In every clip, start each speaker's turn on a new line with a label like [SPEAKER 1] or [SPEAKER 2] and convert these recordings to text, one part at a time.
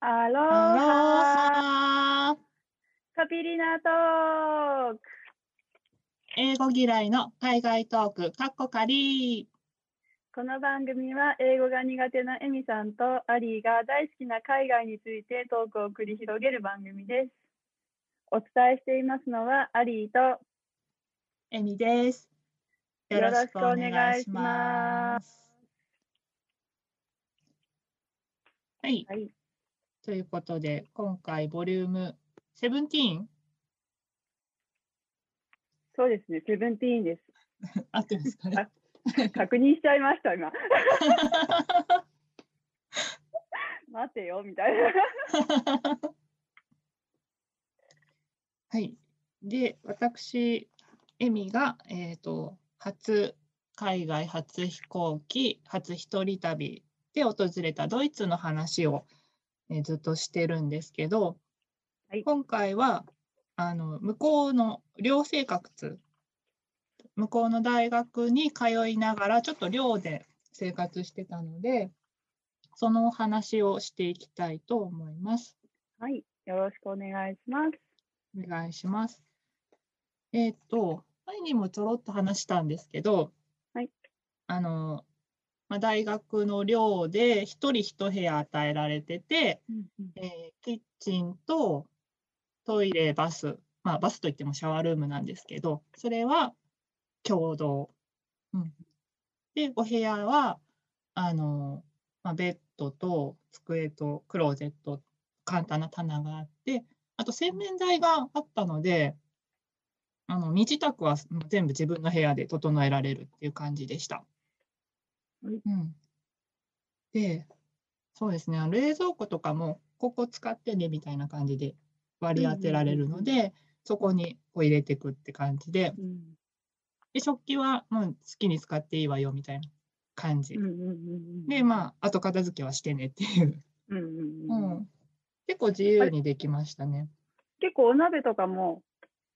[SPEAKER 1] アロ
[SPEAKER 2] アロ
[SPEAKER 1] ハ
[SPEAKER 2] ハ
[SPEAKER 1] カピリナトーク
[SPEAKER 2] 英語嫌いの海外トーク、カッコカリ
[SPEAKER 1] この番組は英語が苦手なエミさんとアリーが大好きな海外についてトークを繰り広げる番組です。お伝えしていますのはアリーと
[SPEAKER 2] ー、エミです。よろしくお願いします。はい、
[SPEAKER 1] はい、
[SPEAKER 2] ということで、今回ボリューム17
[SPEAKER 1] そうですね、セブンティーンです。
[SPEAKER 2] あってますかね。
[SPEAKER 1] 確認しちゃいました、今。待てよ、みたいな。
[SPEAKER 2] はい。で、私、エミが、えっ、と、初、海外初飛行機、初一人旅で訪れたドイツの話を、えーずっとしてるんですけど、
[SPEAKER 1] はい
[SPEAKER 2] 今回は、あの、向こうの寮生活、向こうの大学に通いながら、ちょっと寮で生活してたので、そのお話をしていきたいと思います。
[SPEAKER 1] はい、よろしくお願いします。
[SPEAKER 2] お願いします。えっ、と、前にもちょろっと話したんですけど、
[SPEAKER 1] はい
[SPEAKER 2] あの、まあ、大学の寮で1人1部屋与えられてて、えーキッチンとトイレ、バス、まあ、バスといってもシャワールームなんですけど、それは共同。うん、で、お部屋は、あの、まあ、ベッドと机とクローゼット、簡単な棚があって、あと洗面台があったので、あの身支度はもう全部自分の部屋で整えられるっていう感じでした。
[SPEAKER 1] はい
[SPEAKER 2] うん、で、そうですね、あの冷蔵庫とかも、ここ使ってねみたいな感じで割り当てられるので、そこにこう入れていくって感じで
[SPEAKER 1] うん
[SPEAKER 2] で、食器はもう好きに使っていいわよみたいな感じ。
[SPEAKER 1] うんうんうん
[SPEAKER 2] で、まあ、後片付けはしてねっていう。
[SPEAKER 1] うんうん
[SPEAKER 2] う
[SPEAKER 1] うん
[SPEAKER 2] ん、結構自由にできましたね。
[SPEAKER 1] 結構お鍋とかも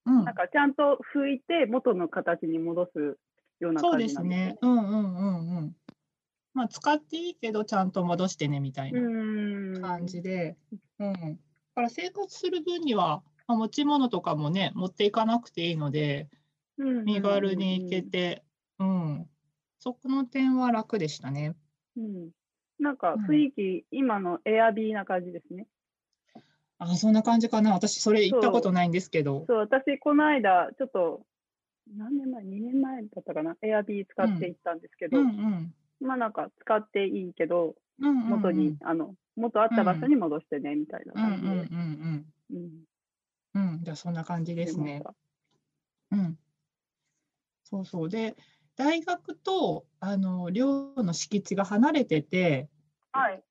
[SPEAKER 2] うん
[SPEAKER 1] なんかちゃんと拭いて元の形に戻すような
[SPEAKER 2] そう
[SPEAKER 1] 感
[SPEAKER 2] で
[SPEAKER 1] じ
[SPEAKER 2] す
[SPEAKER 1] なんです
[SPEAKER 2] ね。うんうんうんうん。まあ、使っていいけど、ちゃんと戻してねみたいな
[SPEAKER 1] ね。
[SPEAKER 2] 感じで、うん。だから生活する分には、まあ持ち物とかもね、持っていかなくていいので、
[SPEAKER 1] うん
[SPEAKER 2] 身軽に行け。て、うん。そこの点は楽でしたね。
[SPEAKER 1] うんうんうんなんか雰囲気、今のエアビーな感じですね。
[SPEAKER 2] あ、そんな感じかな。私、それ行ったことないんですけど。
[SPEAKER 1] そう、私、この間、ちょっと、何年前 ?2 年前だったかなエアビー使って行ったんですけ
[SPEAKER 2] う
[SPEAKER 1] ど、
[SPEAKER 2] んうん。
[SPEAKER 1] まあなんか使っていいけど、
[SPEAKER 2] うんうんうん
[SPEAKER 1] 元に、あの、元あった場所に戻してね、みたいな
[SPEAKER 2] うんうん
[SPEAKER 1] 感じで
[SPEAKER 2] うん
[SPEAKER 1] うん。
[SPEAKER 2] うん。うん。じゃあ、そんな感じですね。
[SPEAKER 1] 出ました。
[SPEAKER 2] うん。そうそう。で、大学と、あの、寮の敷地が離れてて、
[SPEAKER 1] はい。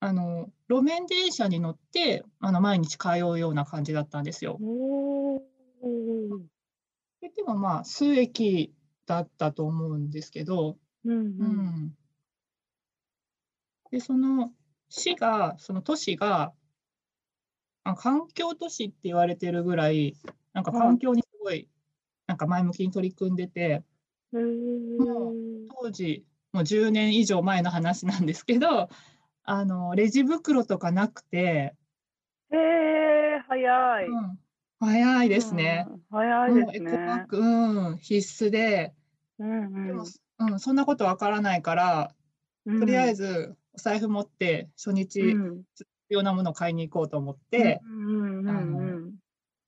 [SPEAKER 2] あの、路面電車に乗って、あの、毎日通うような感じだったんですよ。
[SPEAKER 1] おー。
[SPEAKER 2] ででもまあ、数駅だったと思うんですけど、
[SPEAKER 1] うんう。
[SPEAKER 2] うんん。で、その市が、その都市が、あ環境都市って言われてるぐらい、なんか
[SPEAKER 1] はい
[SPEAKER 2] 環境にすごい、なんか前向きに取り組んでて、
[SPEAKER 1] へー
[SPEAKER 2] 当時もう10年以上前の話なんですけどあのレジ袋とかなくて、
[SPEAKER 1] へー、早い。
[SPEAKER 2] うん早いですね。
[SPEAKER 1] うん。早い
[SPEAKER 2] もう
[SPEAKER 1] で
[SPEAKER 2] エ
[SPEAKER 1] す
[SPEAKER 2] コ
[SPEAKER 1] ね。
[SPEAKER 2] バッグ、うん、必須で、
[SPEAKER 1] うんうん
[SPEAKER 2] でも、うん、そんなことわからないから、とりあえずお財布持って初日
[SPEAKER 1] う
[SPEAKER 2] 必
[SPEAKER 1] ん
[SPEAKER 2] 要なものを買いに行こうと思って、
[SPEAKER 1] うんうんう
[SPEAKER 2] あ
[SPEAKER 1] ん
[SPEAKER 2] の
[SPEAKER 1] うん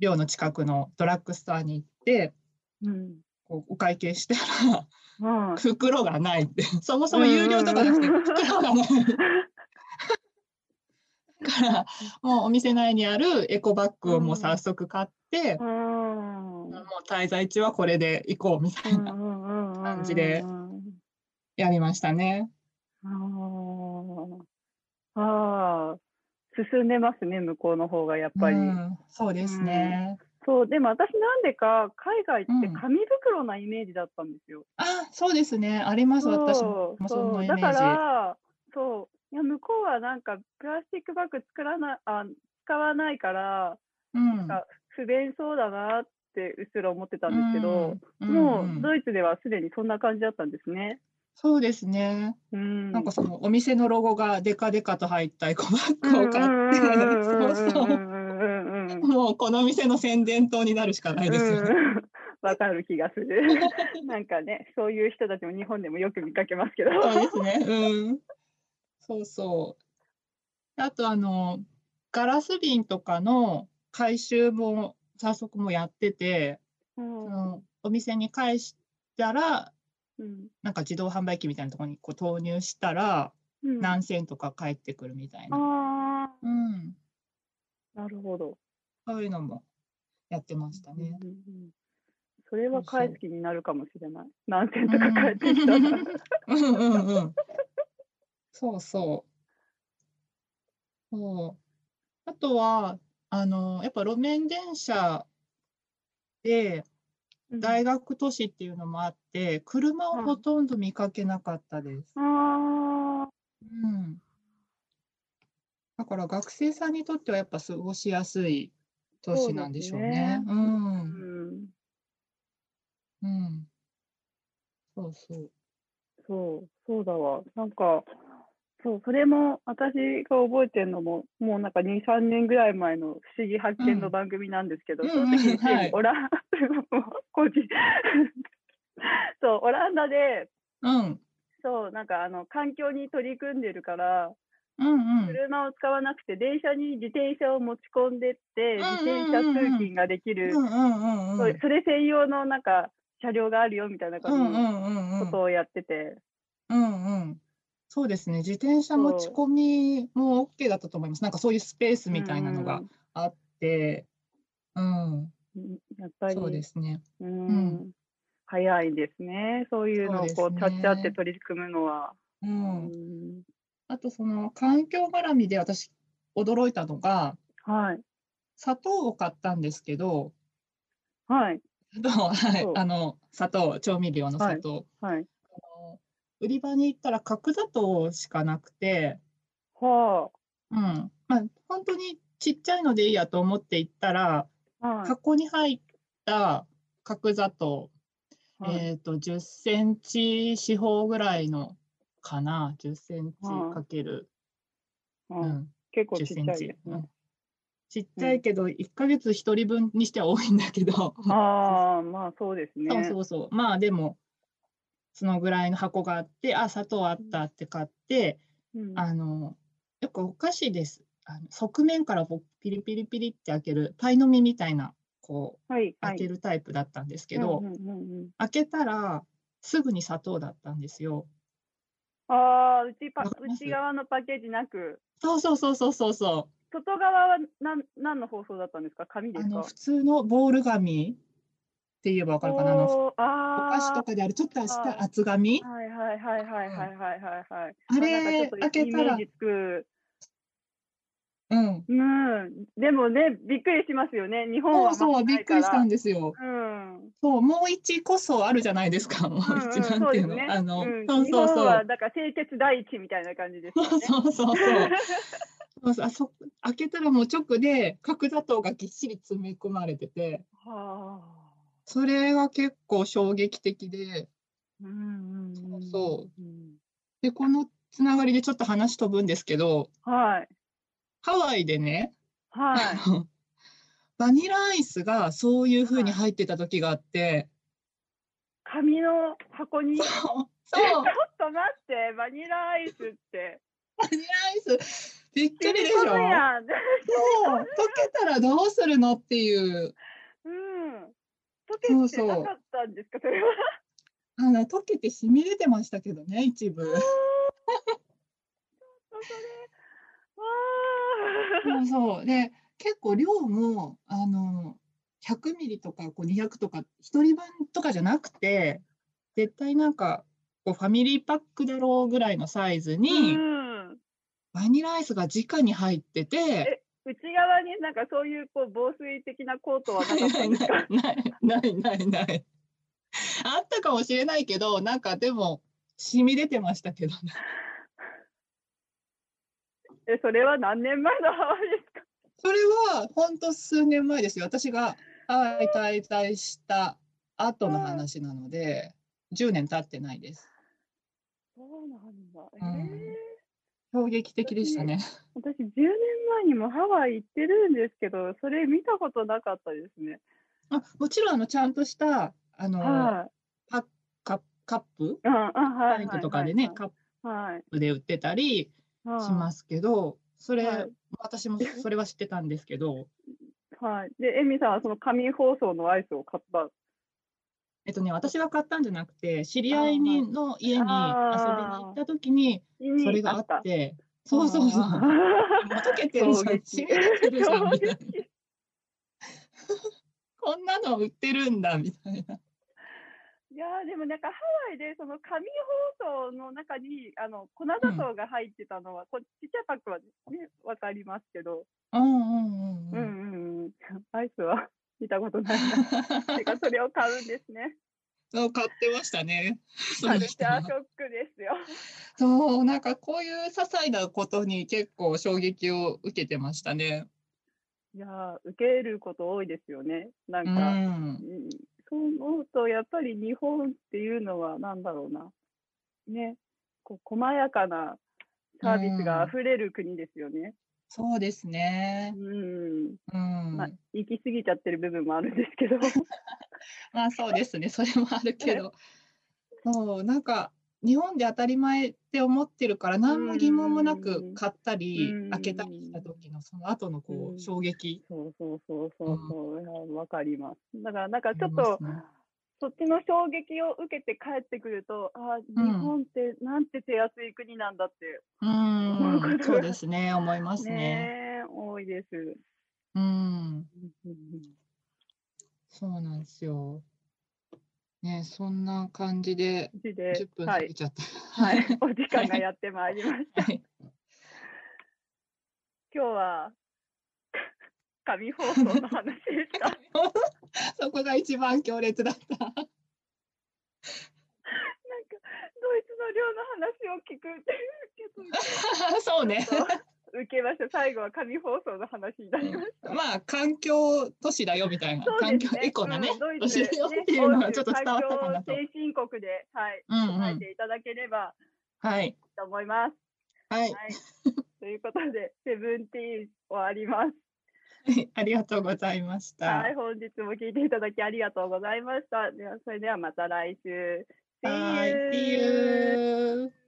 [SPEAKER 2] 寮の近くのドラッグストアに行って
[SPEAKER 1] うん
[SPEAKER 2] こうお会計したら
[SPEAKER 1] はい
[SPEAKER 2] 袋がな いってそもそも有料とかなくて
[SPEAKER 1] うん
[SPEAKER 2] 袋がない。からもうお店内にあるエコバッグをもう早速買って、
[SPEAKER 1] うん
[SPEAKER 2] もう滞在中はこれで行こうみたいな
[SPEAKER 1] 感
[SPEAKER 2] じでやりましたね。
[SPEAKER 1] ああ進んでますね向こうの方がやっぱり、
[SPEAKER 2] うんそうですね。
[SPEAKER 1] そうでも私なんでか海外って
[SPEAKER 2] うん
[SPEAKER 1] 紙袋なイメージだったんですよ、
[SPEAKER 2] あそうですねあります私も。
[SPEAKER 1] そう
[SPEAKER 2] そん
[SPEAKER 1] そ
[SPEAKER 2] な
[SPEAKER 1] う
[SPEAKER 2] イメー
[SPEAKER 1] だ
[SPEAKER 2] ジ
[SPEAKER 1] からそういや向こうはなんかプラスチックバッグ作らなあ使わないから
[SPEAKER 2] うん
[SPEAKER 1] なんか不便そうだなってうっすら思ってたんですけど、
[SPEAKER 2] うん
[SPEAKER 1] も
[SPEAKER 2] ん
[SPEAKER 1] うドイツではすでにそんな感じだったんですね。
[SPEAKER 2] そうですね。
[SPEAKER 1] うん
[SPEAKER 2] なんかそのお店のロゴがデカデカと入ったエコバッ
[SPEAKER 1] うん
[SPEAKER 2] グを買って、 そうそうう。
[SPEAKER 1] んうんうんうんうんうん
[SPEAKER 2] もうこの店の宣伝塔になるしかないですよね。
[SPEAKER 1] うんわかる気がする。なんかね、そういう人たちも日本でもよく見かけますけど。
[SPEAKER 2] そうですね。うん。そうそう。あとあの、ガラス瓶とかの回収も早速もうやってて、
[SPEAKER 1] うん
[SPEAKER 2] そのお店に返したら、
[SPEAKER 1] うん
[SPEAKER 2] なんか自動販売機みたいなところにこう投入したら、
[SPEAKER 1] うん
[SPEAKER 2] 何千とか返ってくるみたいな。
[SPEAKER 1] ああ、
[SPEAKER 2] うん。
[SPEAKER 1] なるほど。
[SPEAKER 2] そういうのもやってましたね。
[SPEAKER 1] うんうんうんそれは
[SPEAKER 2] そうそう
[SPEAKER 1] 返す気になるかもしれない。何千
[SPEAKER 2] う
[SPEAKER 1] とか
[SPEAKER 2] ん
[SPEAKER 1] 返ってきたら。
[SPEAKER 2] うんうんうん。そうそう。そう。あとは、あの、やっぱ路面電車で 大学都市っていうのもあって、車をほとんど見かけなかったです。
[SPEAKER 1] ああ、
[SPEAKER 2] うん。だから学生さんにとってはやっぱ過ごしやすい都市なんでしょうね。う。
[SPEAKER 1] うんん、
[SPEAKER 2] うん。そうそう。
[SPEAKER 1] そう、そうだわ。なんか、そう、それも私が覚えてるのも、もうなんか2、3年ぐらい前の不思議発見
[SPEAKER 2] う
[SPEAKER 1] の
[SPEAKER 2] ん
[SPEAKER 1] 番組なんですけど、
[SPEAKER 2] うん
[SPEAKER 1] その時
[SPEAKER 2] うん
[SPEAKER 1] に
[SPEAKER 2] はい
[SPEAKER 1] オラン個人そう、オランダで、
[SPEAKER 2] うん。
[SPEAKER 1] そう、なんかあの、環境に取り組んでるから、
[SPEAKER 2] うんうん。
[SPEAKER 1] 車を使わなくて、電車に自転車を持ち込んでって、
[SPEAKER 2] う
[SPEAKER 1] 自
[SPEAKER 2] んうん
[SPEAKER 1] 転車通勤ができる、
[SPEAKER 2] うんうんうん。
[SPEAKER 1] そううんそれ専用のなんか車両があるよみたいな
[SPEAKER 2] うん
[SPEAKER 1] 感
[SPEAKER 2] う
[SPEAKER 1] じの
[SPEAKER 2] んうんう
[SPEAKER 1] こ
[SPEAKER 2] ん。
[SPEAKER 1] とをやってて、
[SPEAKER 2] うんうん。そうですね。自転車持ち
[SPEAKER 1] そう
[SPEAKER 2] 込みも OK だったと思います。なんかそういうスペースみたいなのがあって、うん、
[SPEAKER 1] うん。うんやっぱり
[SPEAKER 2] そうで
[SPEAKER 1] う、
[SPEAKER 2] すね。
[SPEAKER 1] ん
[SPEAKER 2] うん
[SPEAKER 1] 早いですね、そういうのを
[SPEAKER 2] そ
[SPEAKER 1] こ
[SPEAKER 2] う
[SPEAKER 1] う
[SPEAKER 2] です
[SPEAKER 1] ちゃ
[SPEAKER 2] ね
[SPEAKER 1] っちゃって取り組むのは。
[SPEAKER 2] う。
[SPEAKER 1] うんん
[SPEAKER 2] あとその環境絡みで私驚いたのが、
[SPEAKER 1] はい、
[SPEAKER 2] 砂糖を買ったんですけど、
[SPEAKER 1] はい、
[SPEAKER 2] 砂糖、はい
[SPEAKER 1] そう、
[SPEAKER 2] あの、砂糖、調味料の
[SPEAKER 1] はい
[SPEAKER 2] 砂糖。
[SPEAKER 1] はい。
[SPEAKER 2] あの売り場に行ったら角砂糖しかなくて、
[SPEAKER 1] は
[SPEAKER 2] うん。まあ、本当にちっちゃいのでいいやと思って行ったら、
[SPEAKER 1] あ、はい
[SPEAKER 2] 箱に入った角砂糖、
[SPEAKER 1] はい。
[SPEAKER 2] えっ、と、10センチ四方ぐらいのかな、10センチ
[SPEAKER 1] はい
[SPEAKER 2] かける、う
[SPEAKER 1] うん
[SPEAKER 2] ん、
[SPEAKER 1] 結構
[SPEAKER 2] 10
[SPEAKER 1] ちっ
[SPEAKER 2] セ
[SPEAKER 1] ちゃい
[SPEAKER 2] ン
[SPEAKER 1] で
[SPEAKER 2] チ。
[SPEAKER 1] す
[SPEAKER 2] う
[SPEAKER 1] ね
[SPEAKER 2] ん。ちっちゃいけど、1ヶ月1人分にしては多いんだけど、
[SPEAKER 1] ああ、まあそうですね。
[SPEAKER 2] そうそうそう、まあでも、そのぐらいの箱があって、あ、砂糖あったって買って、
[SPEAKER 1] うん
[SPEAKER 2] あの、よくお菓子です。あの側面からこうピリピリピリって開ける、パイの実みたいな、こう、
[SPEAKER 1] はい、は
[SPEAKER 2] 開
[SPEAKER 1] い。
[SPEAKER 2] けるタイプだったんですけど、
[SPEAKER 1] うんうんうんうん
[SPEAKER 2] 開けたらすぐに砂糖だったんですよ。
[SPEAKER 1] ああ、うちパ
[SPEAKER 2] わかります
[SPEAKER 1] 内側のパッケージなく、
[SPEAKER 2] そうそうそうそうそうそ
[SPEAKER 1] 外側はなん何の包装だったんですか紙
[SPEAKER 2] う。
[SPEAKER 1] で
[SPEAKER 2] あ
[SPEAKER 1] すか
[SPEAKER 2] の普通のボール紙って言えばわかるかな。あのお
[SPEAKER 1] おーあ
[SPEAKER 2] 菓子と
[SPEAKER 1] ー
[SPEAKER 2] かであるちょっとし
[SPEAKER 1] はい
[SPEAKER 2] た厚紙。
[SPEAKER 1] はいはいはいはいはいはいはいはい。
[SPEAKER 2] あ
[SPEAKER 1] なんかちょっ
[SPEAKER 2] れ
[SPEAKER 1] と
[SPEAKER 2] 開け
[SPEAKER 1] イ
[SPEAKER 2] た
[SPEAKER 1] メ
[SPEAKER 2] ら
[SPEAKER 1] ー、ジつく。
[SPEAKER 2] うん。
[SPEAKER 1] うん。でもね、びっくりしますよね。日本
[SPEAKER 2] そ
[SPEAKER 1] は
[SPEAKER 2] うそうびっくりしたん
[SPEAKER 1] で
[SPEAKER 2] ですよ。
[SPEAKER 1] す。うん。うん
[SPEAKER 2] そうもう一こそあるじゃないですか。もう
[SPEAKER 1] うん
[SPEAKER 2] 一なん
[SPEAKER 1] そう
[SPEAKER 2] て
[SPEAKER 1] で
[SPEAKER 2] い
[SPEAKER 1] す
[SPEAKER 2] うの、
[SPEAKER 1] ね。
[SPEAKER 2] あの、
[SPEAKER 1] うん
[SPEAKER 2] そうそう
[SPEAKER 1] 日
[SPEAKER 2] そ
[SPEAKER 1] 本
[SPEAKER 2] う。
[SPEAKER 1] はだから清潔第一みたいな感じですよ
[SPEAKER 2] そう
[SPEAKER 1] ね。
[SPEAKER 2] そうそうそう。そうそうあそ開けたらもう直で角砂糖がぎっしり詰め込まれてて、
[SPEAKER 1] はあ。
[SPEAKER 2] それが結構衝撃的で。
[SPEAKER 1] うんうんうん。。
[SPEAKER 2] そう
[SPEAKER 1] ん、
[SPEAKER 2] で、このつながりでちょっと話飛ぶんですけど、
[SPEAKER 1] はい
[SPEAKER 2] ハワイでね、
[SPEAKER 1] はい。
[SPEAKER 2] バニラアイスがそういう風
[SPEAKER 1] は
[SPEAKER 2] に
[SPEAKER 1] い
[SPEAKER 2] 入ってた時があ って、
[SPEAKER 1] 紙の箱に。
[SPEAKER 2] そう、
[SPEAKER 1] ちょっと待って、バニラアイスって。
[SPEAKER 2] バニラアイス、びっくりでしょ
[SPEAKER 1] シリコンやん。
[SPEAKER 2] そう、溶けたらどうするのっていう、
[SPEAKER 1] うん。
[SPEAKER 2] そ
[SPEAKER 1] 溶
[SPEAKER 2] う
[SPEAKER 1] けて
[SPEAKER 2] そう
[SPEAKER 1] なかったんですか、それは。
[SPEAKER 2] あの、溶けて染み出てましたけどね、一部。
[SPEAKER 1] わ
[SPEAKER 2] そうそう。で、結構量も、あの、100ミリとかこう200とか、1人分とかじゃなくて、絶対なんか、こうファミリーパックだろうぐらいのサイズ
[SPEAKER 1] ー
[SPEAKER 2] に、
[SPEAKER 1] うん。
[SPEAKER 2] バニラアイスが直に入ってて、
[SPEAKER 1] 内側になんかそういうこう防水的なコー トはなかったんですか。
[SPEAKER 2] ないないないない。あったかもしれないけど、なんかでも、染み出てましたけどね。
[SPEAKER 1] え、それは何年前のハワイですか。
[SPEAKER 2] それは、ほんと数年前ですよ。私がハワイ滞在した後の話なので、10年経ってないです。
[SPEAKER 1] そうなんだ。え
[SPEAKER 2] う
[SPEAKER 1] ー
[SPEAKER 2] ん衝撃的でしたね。
[SPEAKER 1] 私、10年前にもハワイ行ってるんですけど、それ見たことなかったですね。
[SPEAKER 2] あもちろんあのちゃんとしたあの、
[SPEAKER 1] はい。
[SPEAKER 2] パッカカップ
[SPEAKER 1] うんあは
[SPEAKER 2] タ
[SPEAKER 1] い
[SPEAKER 2] イプとかでね、カッ
[SPEAKER 1] はいはい
[SPEAKER 2] プで売ってたり
[SPEAKER 1] はい。
[SPEAKER 2] しますけど、それ、
[SPEAKER 1] はい
[SPEAKER 2] 私もそれは知ってたんですけど、
[SPEAKER 1] はい。で、エミさんはその紙包装のアイスを買った。
[SPEAKER 2] えっとね、私が買ったんじゃなくて、知り合いにの家に遊びに行った時に、それがあっ。て、そうそうそう、
[SPEAKER 1] あ
[SPEAKER 2] も
[SPEAKER 1] ー
[SPEAKER 2] う溶けてるじゃん、
[SPEAKER 1] 衝撃
[SPEAKER 2] 染み出てるじゃん、みたいな
[SPEAKER 1] 衝撃
[SPEAKER 2] こんなの売ってるんだ、みたいな。
[SPEAKER 1] いやーでもなんかハワイでその紙包装の中にあの粉砂糖が入ってたのは、こうちっちゃいパックはねわかりますけど、
[SPEAKER 2] うんうんうん
[SPEAKER 1] う
[SPEAKER 2] うんん。
[SPEAKER 1] うんうんアイスは 見たことないな。てかそれを買うんですね。
[SPEAKER 2] そう買ってましたね。そうで
[SPEAKER 1] カル
[SPEAKER 2] し
[SPEAKER 1] チャー
[SPEAKER 2] た
[SPEAKER 1] ショックですよ。
[SPEAKER 2] そう、なんかこういう些細なことに結構衝撃を受けてましたね。
[SPEAKER 1] いやー受けること多いですよね。なん
[SPEAKER 2] う
[SPEAKER 1] か、
[SPEAKER 2] ん。
[SPEAKER 1] うんそう思うと、やっぱり日本っていうのは、なんだろうな、ね、こう細やかなサービスが溢れる国ですよね。
[SPEAKER 2] そうです
[SPEAKER 1] う
[SPEAKER 2] ね。
[SPEAKER 1] ん、
[SPEAKER 2] うん。
[SPEAKER 1] まあ、行き過ぎちゃってる部分もあるんですけど。
[SPEAKER 2] まあそうですね、それもあるけど、そうなんか日本で当たり前って思ってるから、何も疑問もな
[SPEAKER 1] うん
[SPEAKER 2] く買ったり、開けたりした
[SPEAKER 1] うん
[SPEAKER 2] 時のその後のこ
[SPEAKER 1] うん
[SPEAKER 2] う衝撃、
[SPEAKER 1] そうそうそうそうそう、いやわかります。だから、なんかちょっ
[SPEAKER 2] あ
[SPEAKER 1] と
[SPEAKER 2] りますね、
[SPEAKER 1] そっちの衝撃を受けて帰ってくると、あー
[SPEAKER 2] うん
[SPEAKER 1] 日本ってなんて手厚い国なんだって、
[SPEAKER 2] う
[SPEAKER 1] 思うこと
[SPEAKER 2] ん、
[SPEAKER 1] が
[SPEAKER 2] そうですね、思いますね。
[SPEAKER 1] ねえ、多いです。
[SPEAKER 2] う
[SPEAKER 1] う
[SPEAKER 2] ん、
[SPEAKER 1] んうん
[SPEAKER 2] そうなんですよ。ね、そんな感じで
[SPEAKER 1] うんで
[SPEAKER 2] 10分
[SPEAKER 1] は
[SPEAKER 2] 過
[SPEAKER 1] い
[SPEAKER 2] ぎちゃった。
[SPEAKER 1] はい、お時間がやってまいりました。
[SPEAKER 2] はい
[SPEAKER 1] 今日は紙放送 の話でした。
[SPEAKER 2] そこが一番強烈だった。
[SPEAKER 1] なんかドイツの寮の話を聞くっていう
[SPEAKER 2] そうね。
[SPEAKER 1] けど、受けました。最後は紙放送の話になりました。
[SPEAKER 2] まあ環境都市だよみたいな、
[SPEAKER 1] そう
[SPEAKER 2] 環
[SPEAKER 1] で
[SPEAKER 2] 境
[SPEAKER 1] すね。
[SPEAKER 2] エコなね、
[SPEAKER 1] うんドイ
[SPEAKER 2] 都
[SPEAKER 1] ツで
[SPEAKER 2] 市だよっていうのがちょっと伝わったかな
[SPEAKER 1] 環
[SPEAKER 2] と
[SPEAKER 1] 境。先進国で、はい、
[SPEAKER 2] うんうん
[SPEAKER 1] 答えていただければ
[SPEAKER 2] はい。
[SPEAKER 1] と思います。
[SPEAKER 2] はい。
[SPEAKER 1] はい。ということで、セブンティーン終わります。
[SPEAKER 2] ありがとうございました。
[SPEAKER 1] はい、本日も聞いていただきありがとうございました。では、それではまた来週。See
[SPEAKER 2] はい。See
[SPEAKER 1] you.
[SPEAKER 2] you.